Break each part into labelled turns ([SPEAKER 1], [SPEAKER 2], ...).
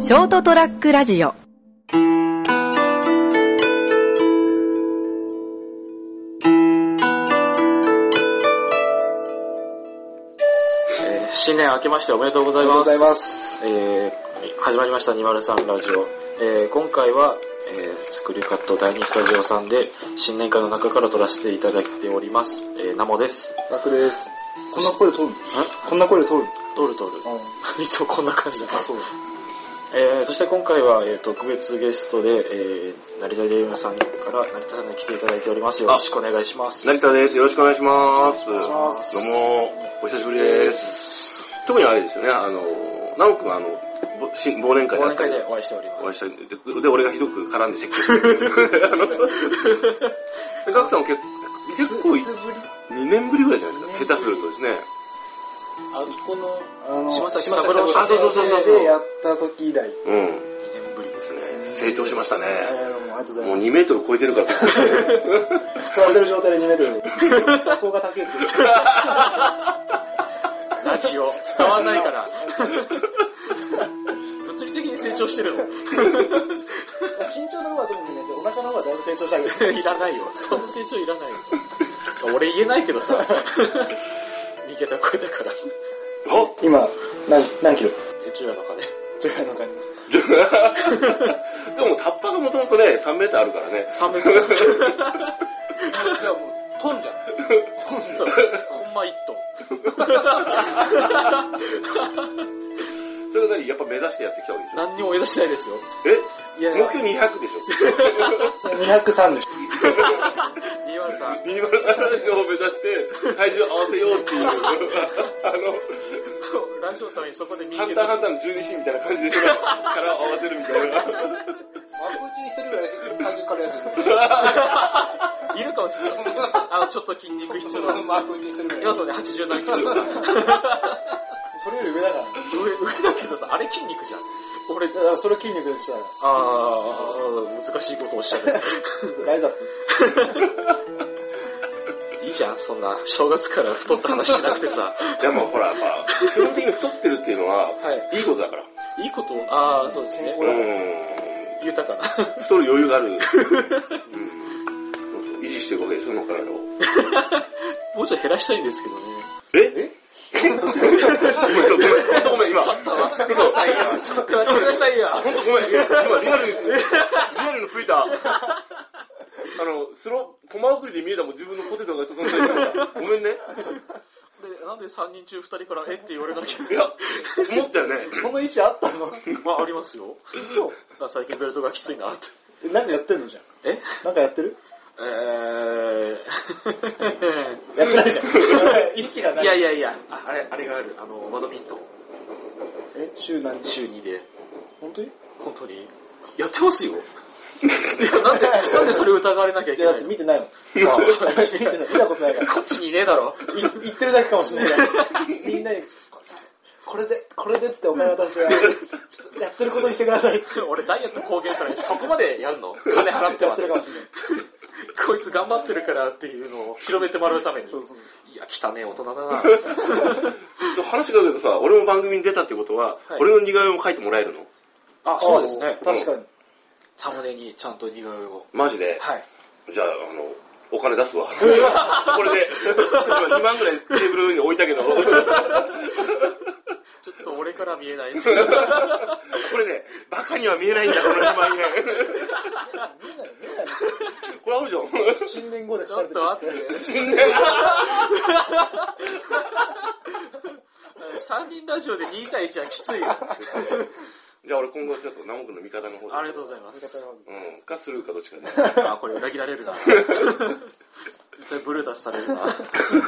[SPEAKER 1] ショートトラックラジオ
[SPEAKER 2] えー新年明けましておめでとうございます。
[SPEAKER 3] おめでとうございます
[SPEAKER 2] えー始まりました203ラジオ。えー今回は、えー、作りカット第2スタジオさんで、新年会の中から撮らせていただいております。えー、ナモです。
[SPEAKER 3] 楽です。こんな声で通るこんな声で通る
[SPEAKER 2] 撮る撮る。いつもこんな感じだな。
[SPEAKER 3] そう。
[SPEAKER 2] えー、そして今回は、えー、特別ゲストで、えー、成田レイムさんから成田さんに来ていただいております。よろしくお願いします。
[SPEAKER 4] 成田です。よろしくお願いします。どう
[SPEAKER 3] 願いします
[SPEAKER 4] も、お久しぶりです。特にあれですよね、あの、ナオくんはあの、ぼ新忘年会
[SPEAKER 2] 忘
[SPEAKER 4] だっ
[SPEAKER 2] 年
[SPEAKER 4] た
[SPEAKER 2] 会
[SPEAKER 4] り
[SPEAKER 2] でお会いしており
[SPEAKER 4] お
[SPEAKER 2] ま
[SPEAKER 4] 会い
[SPEAKER 2] す。
[SPEAKER 4] したりで、で俺がひどく絡んで説教してる。 あのでガクさんも結結構2
[SPEAKER 3] ぶり
[SPEAKER 4] 年ぶりぐらいじゃない
[SPEAKER 3] 二年ぶ
[SPEAKER 4] ですか、
[SPEAKER 3] り
[SPEAKER 4] 下手するとですね。
[SPEAKER 3] あこの、あの、
[SPEAKER 2] 島崎
[SPEAKER 3] 島
[SPEAKER 2] 三郎
[SPEAKER 4] さ
[SPEAKER 3] 三
[SPEAKER 4] ん
[SPEAKER 3] 郎
[SPEAKER 4] そうそうそうそう
[SPEAKER 3] でやった時以来。
[SPEAKER 4] うん。
[SPEAKER 2] 2年ぶりで。
[SPEAKER 4] ですすね。成長しましたね。
[SPEAKER 3] えーもうありがとうござい
[SPEAKER 4] もう
[SPEAKER 3] ます。
[SPEAKER 4] 2メートル超えてるから。
[SPEAKER 3] 座ってる状態で2メー トル。そこが高いっていう。
[SPEAKER 2] ラジオ、伝わんないから。 物理的に成長してるの
[SPEAKER 3] 身長の方はどうもね、お腹の方はだいぶ成長した けど。
[SPEAKER 2] いらないよ。その成長いらないよ。俺言えないけど さ。逃げた声だから。
[SPEAKER 4] お
[SPEAKER 3] 今、何、何キロ
[SPEAKER 2] 中夜の中で。
[SPEAKER 3] 違うのかね。
[SPEAKER 4] でもタッパーがもともとね、3メートルあるからね。
[SPEAKER 2] 寒いから。
[SPEAKER 3] じゃあもう、飛んじゃん。
[SPEAKER 2] そう。ほんま 一トン。
[SPEAKER 4] それが何やっぱ目指してやってきたわけでしょ
[SPEAKER 2] 何にも目指してないですよ。い
[SPEAKER 4] え
[SPEAKER 2] や
[SPEAKER 4] 目標200でしょ
[SPEAKER 3] 203でしょ。
[SPEAKER 2] 203。
[SPEAKER 4] ミニマルな話を目指して体重を合わせよう っていう、あの、
[SPEAKER 2] ラジオのためにそこで見
[SPEAKER 4] ハンターハンターの十二神みたいな感じでしょから合わせるみたいな。
[SPEAKER 3] マコチに一人ぐらい体重軽や
[SPEAKER 2] いるかもしれない。あの、ちょっと筋肉質の。
[SPEAKER 3] マコチに一人ぐ
[SPEAKER 2] 要素で80何キロ。上、
[SPEAKER 3] それより上だから。
[SPEAKER 2] 上だけどさ、あれ筋肉じゃん。俺、
[SPEAKER 3] だからそれ筋肉でしたら、
[SPEAKER 2] あー、難しいことをおっしゃる。
[SPEAKER 3] ライザップ。
[SPEAKER 2] いいじゃん、そんな。正月から太った話しなくてさ。
[SPEAKER 4] でもほら、やっぱ、基本的に太ってるっていうのは、、
[SPEAKER 2] はい
[SPEAKER 4] いことだから。
[SPEAKER 2] いいことを、ああ、そうですね。
[SPEAKER 4] うん。
[SPEAKER 2] 豊かな。
[SPEAKER 4] 太る余裕がある。うんそうそう。維持していくわけでしょ、の体を。
[SPEAKER 2] もうちょっと減らしたいんですけどね。
[SPEAKER 4] えごめん、ごめん、ほんとごめん、今。
[SPEAKER 2] ちょっと待ってくださいよ。ちょっと待ってくださいよ。
[SPEAKER 4] ほんとごめん、今リアルに、リアルに吹い た。あの、スロー、コマ送りで見えたもん自分のポテトがちょっとごめんね。
[SPEAKER 2] でなんで3人中2人からえって言われなきゃ。
[SPEAKER 4] いや、思ったよね。
[SPEAKER 3] その意思あったの
[SPEAKER 2] まあ、ありますよ。
[SPEAKER 3] そう。
[SPEAKER 2] あ最近ベルトがきついなって。
[SPEAKER 3] えなんかやってんのじゃん。
[SPEAKER 2] え
[SPEAKER 3] なんかやってる
[SPEAKER 2] えー、
[SPEAKER 3] やってないじ ゃん。意思がない い。
[SPEAKER 2] やいやいや、ああれ、あれがある。あの、バドミントン。
[SPEAKER 3] え、週何日
[SPEAKER 2] 週2で。
[SPEAKER 3] 本当に
[SPEAKER 2] 本当に。やってますよ。いや、なんで、なんでそれ疑われなきゃい
[SPEAKER 3] い
[SPEAKER 2] け
[SPEAKER 3] や、だ
[SPEAKER 2] ない
[SPEAKER 3] って
[SPEAKER 2] の
[SPEAKER 3] 見てないもん。
[SPEAKER 2] あ
[SPEAKER 3] 見てない。見たことないから。
[SPEAKER 2] こっちにいねえだろ。
[SPEAKER 3] い言ってるだけかもしれないから。みんなに、ここれで、これでっつってお金渡して、ちょっとやってることにしてくださいって
[SPEAKER 2] 俺ダイエット公言したのにそこまでやるの金払って
[SPEAKER 3] や
[SPEAKER 2] ま
[SPEAKER 3] っ
[SPEAKER 2] で
[SPEAKER 3] てるかもしれない。
[SPEAKER 2] こいつ頑張ってるからっていうのを広めてもらうために
[SPEAKER 3] そうそう。
[SPEAKER 2] いや汚ねえ大人だな
[SPEAKER 4] 話があるけどさ、俺も番組に出たってことは、
[SPEAKER 2] はい
[SPEAKER 4] 俺の似顔絵も書いてもらえるの
[SPEAKER 2] あそうですね
[SPEAKER 3] あ確かに。
[SPEAKER 2] サムネにちゃんと似顔絵を
[SPEAKER 4] マジで。
[SPEAKER 2] はい
[SPEAKER 4] じゃあ、あの、お金出すわ。 これで、今2万ぐらいテーブルに置いたけど、こ
[SPEAKER 2] ちょっと俺から見え ない
[SPEAKER 4] れね、バカには見えないんだ、この2万円。
[SPEAKER 3] 見えないよ見えないよ
[SPEAKER 4] これ合うじゃん。
[SPEAKER 3] 新年後で
[SPEAKER 2] ち
[SPEAKER 3] 書か
[SPEAKER 2] ょ
[SPEAKER 3] れ
[SPEAKER 2] って
[SPEAKER 3] る
[SPEAKER 2] と待って
[SPEAKER 3] んです
[SPEAKER 4] 死んでる
[SPEAKER 2] 3人ラジオで2対1はきついよ
[SPEAKER 4] じゃあ俺今後ちょっとナモ君の味方の方で。
[SPEAKER 2] ありがとうございま
[SPEAKER 3] ね
[SPEAKER 2] す
[SPEAKER 4] うん。かスルーかどっちかね。
[SPEAKER 2] あこれ裏切られ るな絶対ブルータスされる な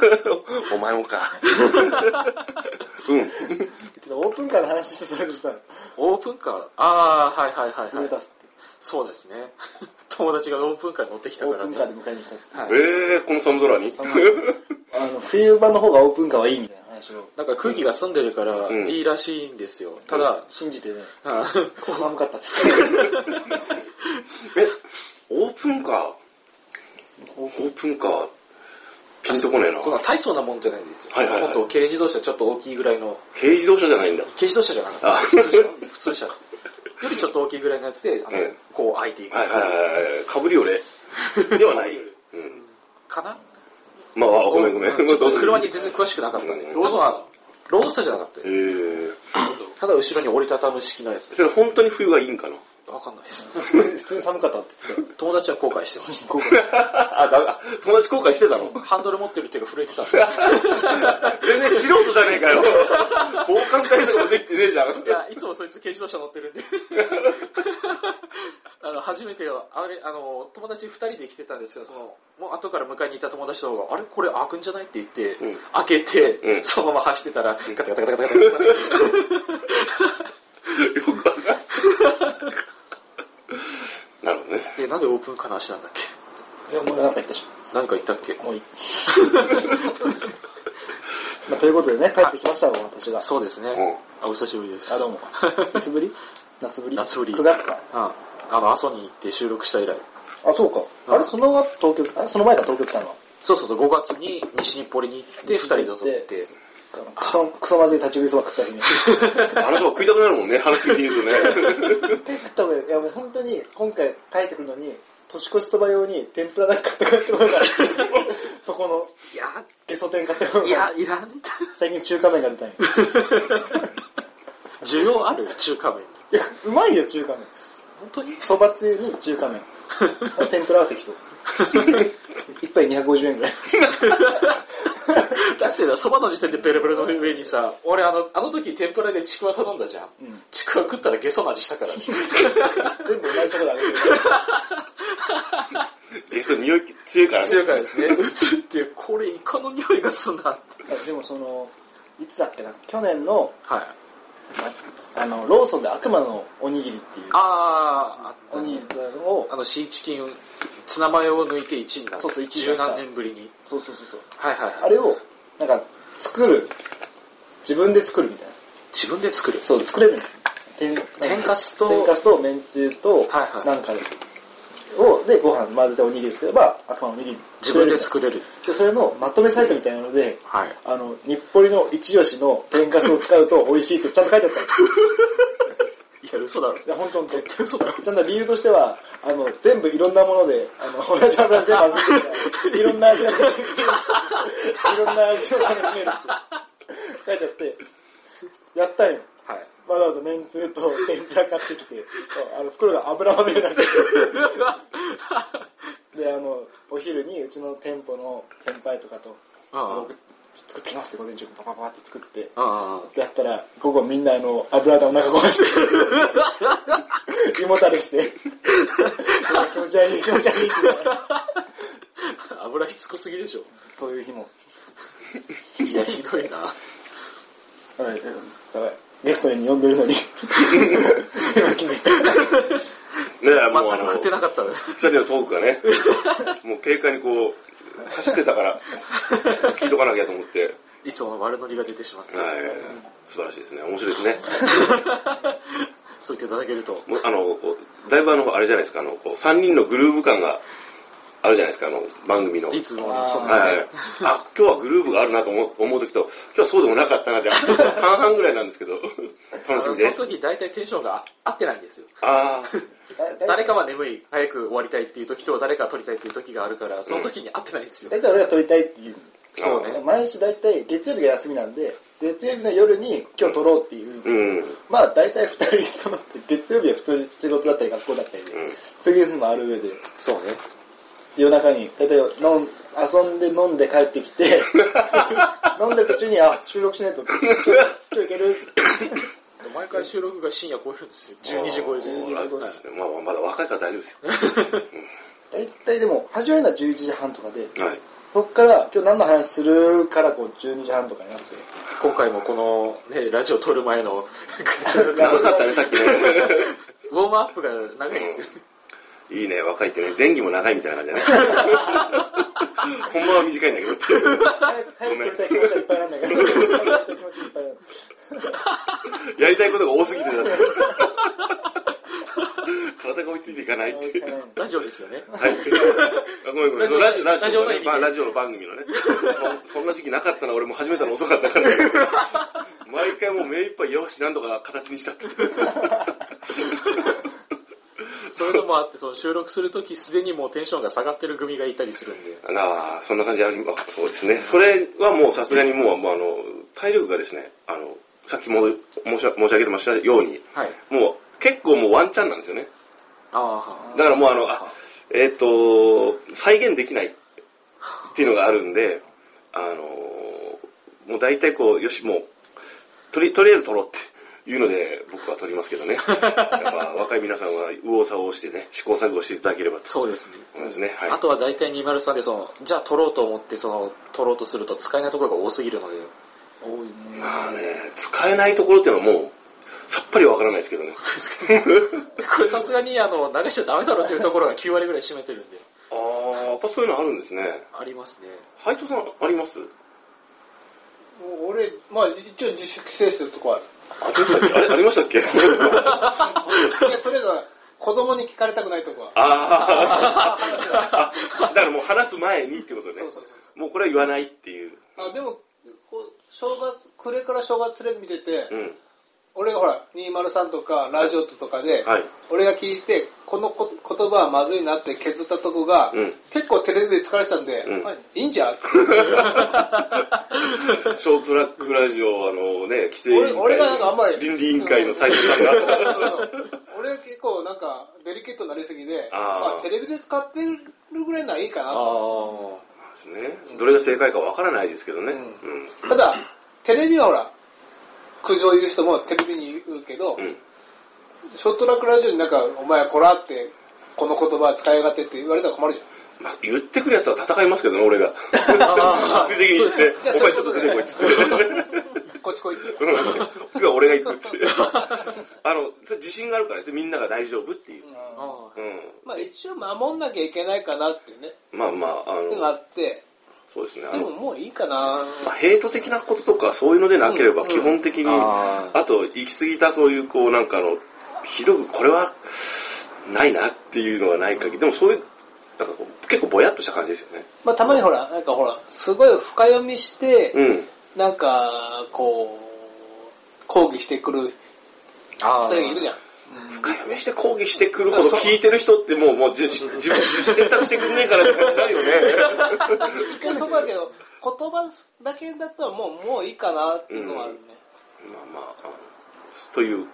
[SPEAKER 4] お前もか。うん。
[SPEAKER 3] けどオープンカーの話してそれでさ、
[SPEAKER 2] オープンカーああはいはいはい
[SPEAKER 3] ブ
[SPEAKER 2] は
[SPEAKER 3] ルータ
[SPEAKER 2] い
[SPEAKER 3] スって、
[SPEAKER 2] そうですね 友達がオープンカーに乗ってきた
[SPEAKER 3] オ
[SPEAKER 2] か
[SPEAKER 3] ー
[SPEAKER 2] ら
[SPEAKER 3] プン
[SPEAKER 2] ね
[SPEAKER 3] カーで迎えに来たって。
[SPEAKER 2] はい
[SPEAKER 4] えー、この寒空に
[SPEAKER 3] あの、冬場の方がオープンカーはいいみたいな話を
[SPEAKER 2] なんか空気が澄んでるから
[SPEAKER 4] うん
[SPEAKER 2] いいらしいんですよ。ただ、
[SPEAKER 3] 信じてね、
[SPEAKER 2] あ
[SPEAKER 3] クソ寒かったっつって。
[SPEAKER 4] え、オープンカーオープンカーピンとこねえな。
[SPEAKER 2] そんな大層なもんじゃないんですよ。
[SPEAKER 4] はいはいはい
[SPEAKER 2] もっと軽自動車ちょっと大きいぐらいの、
[SPEAKER 4] 軽自動車じゃないんだ。
[SPEAKER 2] 軽自動車じゃなかった。
[SPEAKER 4] あ
[SPEAKER 2] 普通車。普通車。よりちょっと大きいぐらいのやつで、あの
[SPEAKER 4] うん
[SPEAKER 2] こう開いていく
[SPEAKER 4] はいはいはいはい。かぶり俺で はない。うん。
[SPEAKER 2] かな
[SPEAKER 4] まあ、ごめんごめん。
[SPEAKER 2] うんちょっ と車に
[SPEAKER 4] え
[SPEAKER 2] 全然詳しくなかったんで。
[SPEAKER 4] うん
[SPEAKER 2] ロードは、ロードスターじゃなかったです。
[SPEAKER 4] ー、
[SPEAKER 2] ただ後ろに折りたたむ式のやつです。
[SPEAKER 4] それ本当に冬がいいんかな
[SPEAKER 2] わかんない です。
[SPEAKER 3] 普通に寒かったって言って
[SPEAKER 2] 友達は後悔してました。
[SPEAKER 4] あ、だが、友達後悔してたの
[SPEAKER 2] ハンドル持ってる手が震えてたんで。
[SPEAKER 4] 全然素人じゃねえ かよ。防寒対策もできてねえじゃん。
[SPEAKER 2] いや、いつもそいつ軽自動車乗ってるんで。 あの、初めては、あれ、あの、友達二人で来てたんですけど、その、もう後から迎えに行った友達の方が、あれこれ開くんじゃないって言って、
[SPEAKER 4] うん
[SPEAKER 2] 開けて、
[SPEAKER 4] うん
[SPEAKER 2] そのまま走ってたら、ガタガタガタガタガタガタ。
[SPEAKER 4] よくわかんない。なるほどね。
[SPEAKER 2] え、なんでオープンカーの話なんだっけ
[SPEAKER 3] た。いや、もうなんか言ったでし
[SPEAKER 2] 何か言ったっけ
[SPEAKER 3] ょ。もういい。 まあ、ということでね、帰ってきましたよ、私が。
[SPEAKER 2] そうですね。
[SPEAKER 4] う
[SPEAKER 2] あ、お久しぶりです。
[SPEAKER 3] あ、どうも。いつぶ り夏ぶり
[SPEAKER 2] 夏ぶり
[SPEAKER 3] 9月か。
[SPEAKER 2] ああの、阿蘇に行って収録した以来。
[SPEAKER 3] あ、そうか。あれ、その後東京、あれ、その前か東京来たのは。
[SPEAKER 2] そうそうそう、5月に西日暮里に行って、二人で撮って。
[SPEAKER 3] クソ、クソまずい立ち食いそば食った日 に。
[SPEAKER 4] あれとか食いたくなるもんね、話聞いてるとね。
[SPEAKER 3] 一回食った方がいい。いや、もう本当に、今回帰ってくるのに、年越しそば用に天ぷらなんか買って帰ってこよ うから。そこの、
[SPEAKER 2] いや、
[SPEAKER 3] ゲソ天買ってこよう
[SPEAKER 2] い
[SPEAKER 3] か
[SPEAKER 2] や
[SPEAKER 3] ら。、
[SPEAKER 2] いらん。
[SPEAKER 3] 最近中華麺が出たんよ。
[SPEAKER 2] 需要ある中華麺。
[SPEAKER 3] いや、うまいよ、中華麺。
[SPEAKER 2] 本当に
[SPEAKER 3] そばつゆに中華麺。天ぷらは適当。 一杯250円ぐらい。
[SPEAKER 2] だってさ、そばの時点でベルベルの上にさ、俺あの、あの時天ぷらでちくわ頼んだじゃん。
[SPEAKER 3] うん
[SPEAKER 2] ちくわ食ったらゲソの味したからね。
[SPEAKER 3] 全部同じとこであげてる。
[SPEAKER 4] ゲスト匂い強いからね。
[SPEAKER 2] 強いからです ね。うつって、これイカの匂いがすんな。
[SPEAKER 3] でもその、いつだっけな、去年の、
[SPEAKER 2] はい。
[SPEAKER 3] あの、ローソンで悪魔のおにぎりっていう、
[SPEAKER 2] あー、あ
[SPEAKER 3] お
[SPEAKER 2] った
[SPEAKER 3] にぎ
[SPEAKER 2] ね
[SPEAKER 3] りを、
[SPEAKER 2] あの、シーチキン、ツナマヨを抜いて1位になった。
[SPEAKER 3] そうそう一位
[SPEAKER 2] 十
[SPEAKER 3] になった
[SPEAKER 2] 何年ぶりに。
[SPEAKER 3] そうそうそうそう。
[SPEAKER 2] はいはい
[SPEAKER 3] あ
[SPEAKER 2] はい。
[SPEAKER 3] れを、なんか、作る。自分で作るみたいな。
[SPEAKER 2] 自分で作る。
[SPEAKER 3] そう、作れるの。天
[SPEAKER 2] 天かすと
[SPEAKER 3] 天かすと、めんつゆと
[SPEAKER 2] はいは、い
[SPEAKER 3] なんかを、で、ご飯混ぜておにぎり作れば、悪魔のおにぎり。
[SPEAKER 2] 自分で作
[SPEAKER 3] る
[SPEAKER 2] れる。
[SPEAKER 3] みたいな。で、それのまとめサイトみたいなので、
[SPEAKER 2] はい。
[SPEAKER 3] あの、日暮里の一押しの天かすを使うと美味しいってちゃんと書いてあったの。
[SPEAKER 2] いや、嘘だろ。
[SPEAKER 3] いや、本当本当
[SPEAKER 2] 絶対嘘だろ。
[SPEAKER 3] ちゃんと理由としては、あの、全部いろんなもので、あの、同じ油で全部味わってるいろんな味が出てくるいろんな味を楽しめるって書いてあって、やったんよ。
[SPEAKER 2] はい。
[SPEAKER 3] わざわざめんつゆと天ぷら買ってきて、あの、袋が油まみれになっててで、あの、お昼にうちの店舗の先輩とかと、あの
[SPEAKER 2] あ
[SPEAKER 3] 僕作ってきますって午前中パパパって作って、
[SPEAKER 2] あ。
[SPEAKER 3] やったら、午後みんなあの、油でお腹壊して、胃もたれして、気持ち悪い、気持ち悪いって言いながら
[SPEAKER 2] 油しつこすぎでしょ。
[SPEAKER 3] そういう日も。
[SPEAKER 2] いや、ひどいな。
[SPEAKER 3] やばい、やばいゲストに呼んでるのに、今気づいた。
[SPEAKER 4] ねえ、もうあ
[SPEAKER 2] 全く
[SPEAKER 4] の、
[SPEAKER 2] 振ってなかったね。
[SPEAKER 4] 二人のトークがね、もう軽快にこう、走ってたから、聞いとかなきゃと思って、
[SPEAKER 2] いつもの悪ノリが出てし まった。
[SPEAKER 4] はい、素晴らしいですね。面白いですね。
[SPEAKER 2] そう言っていただけると。
[SPEAKER 4] もうあの、こう、だいぶあの、あれじゃないですか、あの、こう、三人のグルーヴ感があるじゃないですか、あの、番組の。
[SPEAKER 2] いつものそんな
[SPEAKER 4] は
[SPEAKER 2] ね
[SPEAKER 4] い。あ、今日はグルーヴがあるなと思う思う時と、今日はそうでもなかったなって、半々ぐらいなんですけど、楽し
[SPEAKER 2] あの
[SPEAKER 4] み
[SPEAKER 2] その
[SPEAKER 4] です。
[SPEAKER 2] 時大体テンションが合ってないんですよ。
[SPEAKER 4] ああ、
[SPEAKER 3] だ
[SPEAKER 2] 誰かは眠い、早く終わりたいっていう時と誰かは撮りたいっていう時があるから、その時に合ってないんですよ。
[SPEAKER 3] だいたい俺が撮りたいっていう。
[SPEAKER 2] そうね。
[SPEAKER 3] 毎週だいたい月曜日が休みなんで、月曜日の夜に今日撮ろうっていう。
[SPEAKER 4] うん。
[SPEAKER 3] まあ大体二人揃って、月曜日は普通に仕事だったり学校だったりで、
[SPEAKER 4] うん
[SPEAKER 3] 次の日もある上で、
[SPEAKER 2] そうね。
[SPEAKER 3] 夜中に、例えば飲ん遊んで飲んで帰ってきて、飲んでる途中に、あ、収録しないと、今日今日いける
[SPEAKER 2] 毎回収録が深夜超えるんですよ。12時超え
[SPEAKER 4] も
[SPEAKER 2] る。
[SPEAKER 4] うライブですね。まあまあ、まだ若いから大丈夫です
[SPEAKER 3] 大体でも、始めるのは11時半とかで、
[SPEAKER 4] よ。はい。
[SPEAKER 3] そっから、今日何の話するから、こう、12時半とかになって、
[SPEAKER 2] 今回もこの、ね、ラジオ撮る前の
[SPEAKER 4] 長かったね、さ っきね。
[SPEAKER 2] ウォームアップが長いんですよ。
[SPEAKER 4] いいね、若いってね、前儀も長いみたいな感じだね。 本番は短いんだけどっていう。
[SPEAKER 3] 早く、早く撮りたい気持ちはいっぱいなんだけど、早く撮りたい気持ちいっぱいなんだ
[SPEAKER 4] やりたいことが多すぎてだって。 体が追いついていかないって
[SPEAKER 3] け
[SPEAKER 4] いう。
[SPEAKER 3] ど、
[SPEAKER 2] ラジオですよね。
[SPEAKER 4] はい。あごめんごめん。ラジオ、ラジオ、
[SPEAKER 2] ラジオの意味で
[SPEAKER 4] まあラジオの 番組のね。そそんな時期なかったな、俺も始めたの遅かったから。毎回もうめ目いっぱいよし、なんとか形にしたって。
[SPEAKER 2] そういうのもあって、その収録するときすでにもうテンションが下がってる組がいたりするんで。
[SPEAKER 4] なあ、そんな感じありまそうですね。それはもうさすがにもう、もうあの、体力がですね、あの、さっきも申し申し上げてましたように、
[SPEAKER 2] はい。
[SPEAKER 4] もう結構もうワンチャンなんですよね。
[SPEAKER 2] あ
[SPEAKER 4] だからもうあの、あえっ、と、再現できないっていうのがあるんで、あのーもう大体こう、よし、もう、とり、とりあえず撮ろうっていうので、僕は撮りますけどね。やっぱ若い皆さんは右往左往してね、試行錯誤していただければ
[SPEAKER 2] あ、
[SPEAKER 4] と
[SPEAKER 2] そうですね。
[SPEAKER 4] 思いますね。はい。
[SPEAKER 2] あとは大体203でその、じゃあ取ろうと思って、その、取ろうとすると使えないところが多すぎるので、
[SPEAKER 5] 多い
[SPEAKER 4] まあ
[SPEAKER 5] ね。
[SPEAKER 4] ね、使えないところっていうのはもう、さっぱりわからないですけどね。
[SPEAKER 2] これさすがにあの、流しちゃダメだろっていうところが9割ぐらい占めてるんで、
[SPEAKER 4] ああ、やっぱそういうのあるんですね。
[SPEAKER 2] ありますね。
[SPEAKER 4] 斉藤さん、あり ます
[SPEAKER 5] もう俺、まあ一応自粛制してるとこある。
[SPEAKER 4] あどうだっけあれありましたっ け
[SPEAKER 5] いや、とりあえず子供に聞かれたくないとこは。
[SPEAKER 4] あ あ、だからもう話す前にってことね。
[SPEAKER 5] そうそうそうそう。
[SPEAKER 4] もうこれは言わないっていう。
[SPEAKER 5] あでもこう正月暮れから正月テレビ見てて、
[SPEAKER 4] うん。
[SPEAKER 5] 俺がほら203とかラジオとかで、
[SPEAKER 4] はい
[SPEAKER 5] 俺が聞いてこのこ言葉はまずいなって削ったとこが、
[SPEAKER 4] うん
[SPEAKER 5] 結構テレビで疲れてたんで、
[SPEAKER 4] うん
[SPEAKER 5] まあいいんじゃ ん
[SPEAKER 4] ショートトラックラジオ、あのね、規制委員会
[SPEAKER 5] 俺俺がなんかあんまり
[SPEAKER 4] 倫理委員会の 斉藤 さんが。
[SPEAKER 5] 俺は結構なんかデリケートになりすぎで
[SPEAKER 4] あー
[SPEAKER 5] まあ、テレビで使ってるぐらいならいいかな
[SPEAKER 2] あ
[SPEAKER 5] と
[SPEAKER 2] あ。
[SPEAKER 4] ね、どれが正解かわからないですけどね。
[SPEAKER 5] う
[SPEAKER 4] うんん。
[SPEAKER 5] ただテレビはほら苦情言う人もテレビに言うけど、
[SPEAKER 4] うん。
[SPEAKER 5] ショートトラックラジオになんか、お前こらって、この言葉使いやがってって言われたら困るじゃ
[SPEAKER 4] まあ、言ってくるやつは戦いますけどね、俺が。
[SPEAKER 2] あー
[SPEAKER 4] 物理的に言って、
[SPEAKER 5] そうですね
[SPEAKER 4] お前ちょっと出てこいっつ って。
[SPEAKER 5] ん。こっち来いって。
[SPEAKER 4] うん。てか俺が行くって。あの、それ自信があるからですよ。みんなが大丈夫っていう。
[SPEAKER 2] ああ
[SPEAKER 4] う
[SPEAKER 5] まあ一応守んなきゃいけないかなっていうね、
[SPEAKER 4] ん。まあまあ、あ
[SPEAKER 5] のがあ
[SPEAKER 4] の、
[SPEAKER 5] って、
[SPEAKER 4] そうですね。あ
[SPEAKER 5] でも
[SPEAKER 4] の、
[SPEAKER 5] もういいかな。
[SPEAKER 4] まあ、ヘイト的なこととかそういうのでなければ基本的に、
[SPEAKER 2] あー
[SPEAKER 4] あと行き過ぎたそういうこうなんかあのひどくこれはないなっていうのがない限りでもそういうなんかこう結構ぼやっとした感じですよね
[SPEAKER 5] まあたまにほら、なんかほら、すごい深読みして、
[SPEAKER 4] うん
[SPEAKER 5] なんか、こう、抗議してくる
[SPEAKER 2] あ
[SPEAKER 5] 人
[SPEAKER 2] あ。
[SPEAKER 5] がいるじゃん。
[SPEAKER 4] 深読みして抗議してくるほど聞いてる人ってもうもうじ自分自選択してくんねえからって感じになるよね
[SPEAKER 5] 一回そこだけど、言葉だけだったらもう、もういいかなっていうのはあるね。
[SPEAKER 4] まあまああのという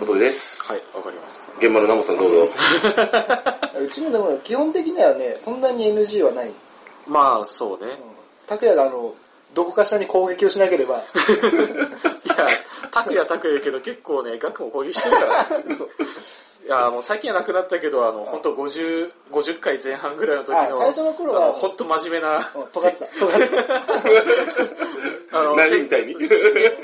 [SPEAKER 4] ことです、
[SPEAKER 2] はい、わかりました。
[SPEAKER 4] 現場のナモさんどうぞ
[SPEAKER 3] うちもでも基本的にはね、そんなに NG はない。
[SPEAKER 2] まあ、そうね。
[SPEAKER 3] 拓也があの、どこかしらに攻撃をしなければ、
[SPEAKER 2] いや、拓也拓也やけど結構ね、額も攻撃してるから。いや、もう最近はなくなったけど、あの、本当50、50回前半ぐらいの時の、
[SPEAKER 3] あ最初の頃は
[SPEAKER 2] あの本当真面目な、
[SPEAKER 3] うん尖ってた。尖ってた。
[SPEAKER 2] あの、
[SPEAKER 4] 何み たいに
[SPEAKER 2] 世間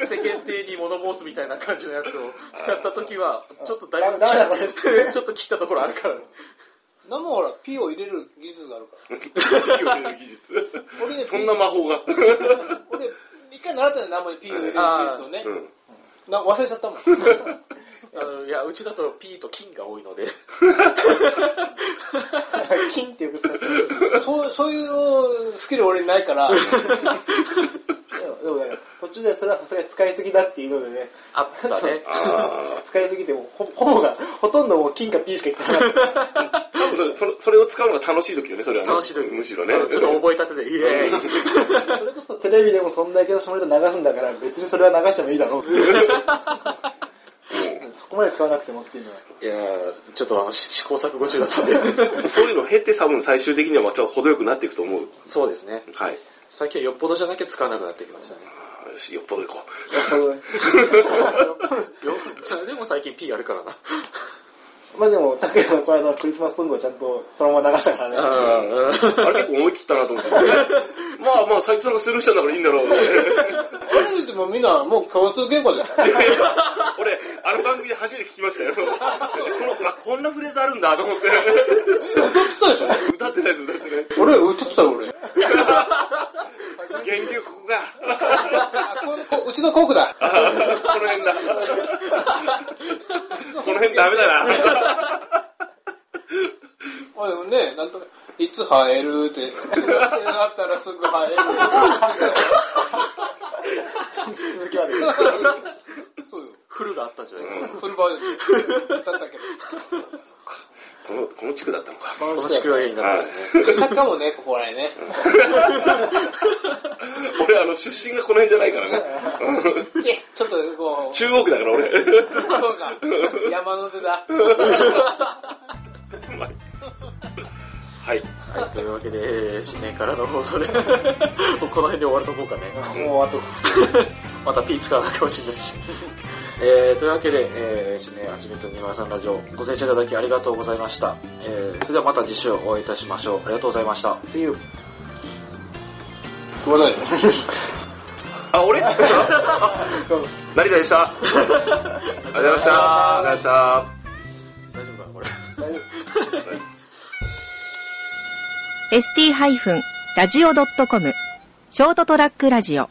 [SPEAKER 2] 世間体に物申すみたいな感じのやつをやった時は、ちょっとだいぶ、
[SPEAKER 3] ダメだこれっつっ て
[SPEAKER 2] ちょっと切ったところあるから、
[SPEAKER 5] でもほら、P を入れる技術があるから。
[SPEAKER 4] 技術
[SPEAKER 5] 俺ね
[SPEAKER 4] そんな魔法が
[SPEAKER 5] 俺、一回習ったんだよ、名前に P を入れるやつをね
[SPEAKER 4] う。ん
[SPEAKER 5] な忘れちゃったもん。
[SPEAKER 2] あの、いや、うちだと P と金が多いので、
[SPEAKER 3] 金ってよく使ってた。
[SPEAKER 5] そうそういうスキル俺にないから、
[SPEAKER 3] でもでもだから途中でそれはさすがに使いすぎだっていうのでね、
[SPEAKER 2] あったね。
[SPEAKER 4] ああ
[SPEAKER 3] 使いすぎてもほほぼが、ほとんどもう金か P しか言ってなかった。
[SPEAKER 4] 多分それそれを使うのが楽しい時よねそれはね
[SPEAKER 2] 楽しい時
[SPEAKER 4] むしろね
[SPEAKER 2] あのちょっと覚えたてで、イエーイって
[SPEAKER 3] それこそテレビでもそんだけの下ネタ流すんだから別にそれは流してもいいだろうっ てそこまで使わなくてもっていうのは。
[SPEAKER 2] いやーちょっとあのし試行錯誤中だったんで。
[SPEAKER 4] そういうのを経て多分最終的にはまた程よくなっていくと思う。
[SPEAKER 2] そうですね。
[SPEAKER 4] はい。
[SPEAKER 2] 最近はよっぽどじゃなきゃ使わなくなってきましたね。
[SPEAKER 4] よしよっぽどいこ
[SPEAKER 2] よそれでも最近 P あるからな。
[SPEAKER 3] まあでも、拓也のこの間のクリスマスソングをちゃんとそのまま流したからね。
[SPEAKER 4] う。あれ結構思い切ったなと思って。 まあまあ、斉藤さんがスルーしたんだからいいんだろう。
[SPEAKER 5] 俺の言ってもみんなもう共通言語だよ。
[SPEAKER 4] 俺、あの番組で初めて聞きましたよ。このあこんなフレーズあるんだと思って。
[SPEAKER 5] 歌ってたでし
[SPEAKER 4] 歌ってないです、歌ってないです
[SPEAKER 5] ょ俺歌ってたよ、俺。
[SPEAKER 4] 源流ここが、
[SPEAKER 5] あ、このこうちのコークだ。
[SPEAKER 4] この辺だ。この辺ダメだな。
[SPEAKER 5] おいね、なんとか、いつ生えるって。あったらすぐ生える。
[SPEAKER 3] 続きまで。
[SPEAKER 2] フルがあったんじゃないか、
[SPEAKER 4] うん
[SPEAKER 5] フルバージョンだったけ
[SPEAKER 4] この、この地区だったのか。
[SPEAKER 2] この地区は絵になったんですね
[SPEAKER 5] ど。サッカーもね、ここらへんね。
[SPEAKER 4] 俺、あの、出身がこの辺じゃないからね。
[SPEAKER 5] けちょっとこう、
[SPEAKER 4] 中央区だから俺。
[SPEAKER 5] そうか。山手だ。
[SPEAKER 4] はい。
[SPEAKER 2] はい、というわけで、えー新年からの放送で もうこの辺で終わるとこうかね
[SPEAKER 3] もうあと、
[SPEAKER 2] またピー使わなかもしれないし、えーというわけで、えー、新年初めての2 0さんラジオご清聴いただきありがとうございました、えーそれではまた次週お会いいたしましょうありがとうございました
[SPEAKER 3] See you.
[SPEAKER 5] ごめんなさい。
[SPEAKER 4] あ、俺 成田でした。ありがとうございました。ありがとうございました。
[SPEAKER 2] 大丈夫かなこれ
[SPEAKER 1] ST-radio.com ショートトラックラジオ